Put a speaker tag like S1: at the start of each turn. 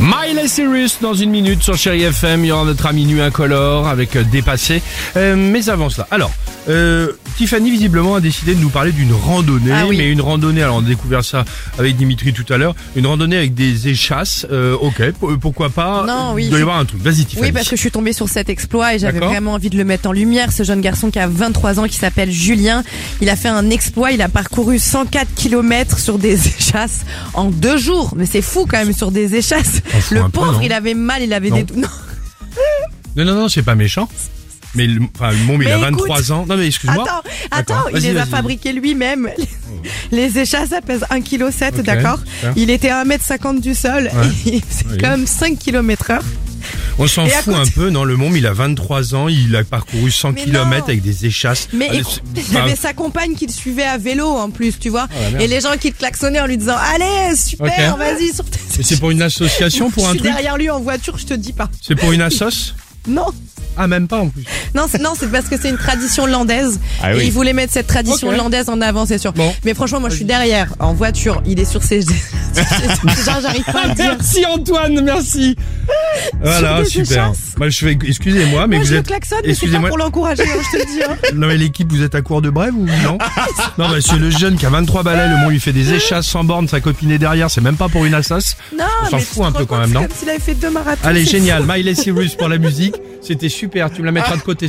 S1: Miley Cyrus dans une minute sur Chéri FM. Il y aura notre ami nu incolore avec euh, dépassé. Euh, mais avant cela, alors euh, Tiffany visiblement a décidé de nous parler d'une randonnée,
S2: Ah oui.
S1: mais une randonnée. Alors on a découvert ça avec Dimitri tout à l'heure. Une randonnée avec des échasses. Euh, ok, p- euh, pourquoi pas
S3: Non, oui,
S1: Il doit y
S3: c'est-
S1: avoir un truc. Vas-y Tiffany.
S3: Oui, parce que je suis tombée sur cet exploit et j'avais
S1: D'accord.
S3: vraiment envie de le mettre en lumière. Ce jeune garçon qui a 23 ans, qui s'appelle Julien, il a fait un exploit. Il a parcouru 104 km sur des échasses en deux jours. Mais c'est fou quand même sur des échasses.
S1: T'en fous
S3: Le
S1: un peu,
S3: pauvre,
S1: non
S3: il avait mal, il avait
S1: Non.
S3: des. Non.
S1: Non, non, non, c'est pas méchant. Mais le, enfin, le môme, il
S3: Mais
S1: a
S3: écoute,
S1: 23 ans. Non, mais excuse-moi.
S3: Attends,
S1: D'accord.
S3: attends, il
S1: Vas-y,
S3: les a
S1: vas-y.
S3: fabriqués lui-même. Les échasses, ça pèse 1,7 kg,
S1: Ok,
S3: d'accord
S1: super.
S3: Il était à 1m50 du sol.
S1: Ouais.
S3: C'est
S1: Oui.
S3: quand même 5 km heure.
S1: On s'en
S3: Et à
S1: fout
S3: côté-
S1: un peu. Non, le môme, il a 23 ans. Il a parcouru 100
S3: Mais
S1: km
S3: non.
S1: avec des échasses.
S3: Mais
S1: Ah,
S3: écoute,
S1: c'est-
S3: il y
S1: enfin, Ah,
S3: avait sa compagne qui le suivait à vélo en plus, tu vois.
S1: la merde.
S3: et les gens qui le klaxonnaient en lui disant Allez, super,
S1: Ok.
S3: vas-y, sur tes.
S1: mais c'est pour une association, pour
S3: je
S1: un
S3: suis
S1: truc
S3: derrière lui en voiture, je te dis pas.
S1: C'est pour une assoce
S3: Non,
S1: Ah, même pas en plus.
S3: non, c'est, non, c'est parce que c'est une tradition landaise.
S1: Ah
S3: et
S1: oui.
S3: il voulait mettre cette tradition
S1: Ok.
S3: landaise en avant, c'est sûr.
S1: Bon.
S3: Mais franchement, moi, je suis derrière en voiture. Il est sur ses. Genre, j'arrive pas à le dire.
S1: Merci Antoine, merci. Voilà,
S3: Sur des
S1: super.
S3: échasses.
S1: Bah, je fais, excusez-moi, mais
S3: Moi,
S1: vous
S3: je le
S1: êtes.
S3: klaxonne, mais c'est pas
S1: Excusez-moi.
S3: pour l'encourager, hein, je te le dis. hein.
S1: Non mais l'équipe, vous êtes à court de brève ou non Non, bah, c'est le jeune qui a 23 balais, le monde lui fait des échasses sans borne, sa copine est derrière, c'est même pas pour une assoce.
S3: Non,
S1: On s'en
S3: mais tu
S1: fout un
S3: te
S1: peu
S3: rends
S1: quand
S3: compte,
S1: même,
S3: c'est
S1: non
S3: Comme s'il avait fait deux marathons.
S1: Allez,
S3: c'est
S1: génial, Miley Cyrus pour la musique. C'était super, tu me la mettras de côté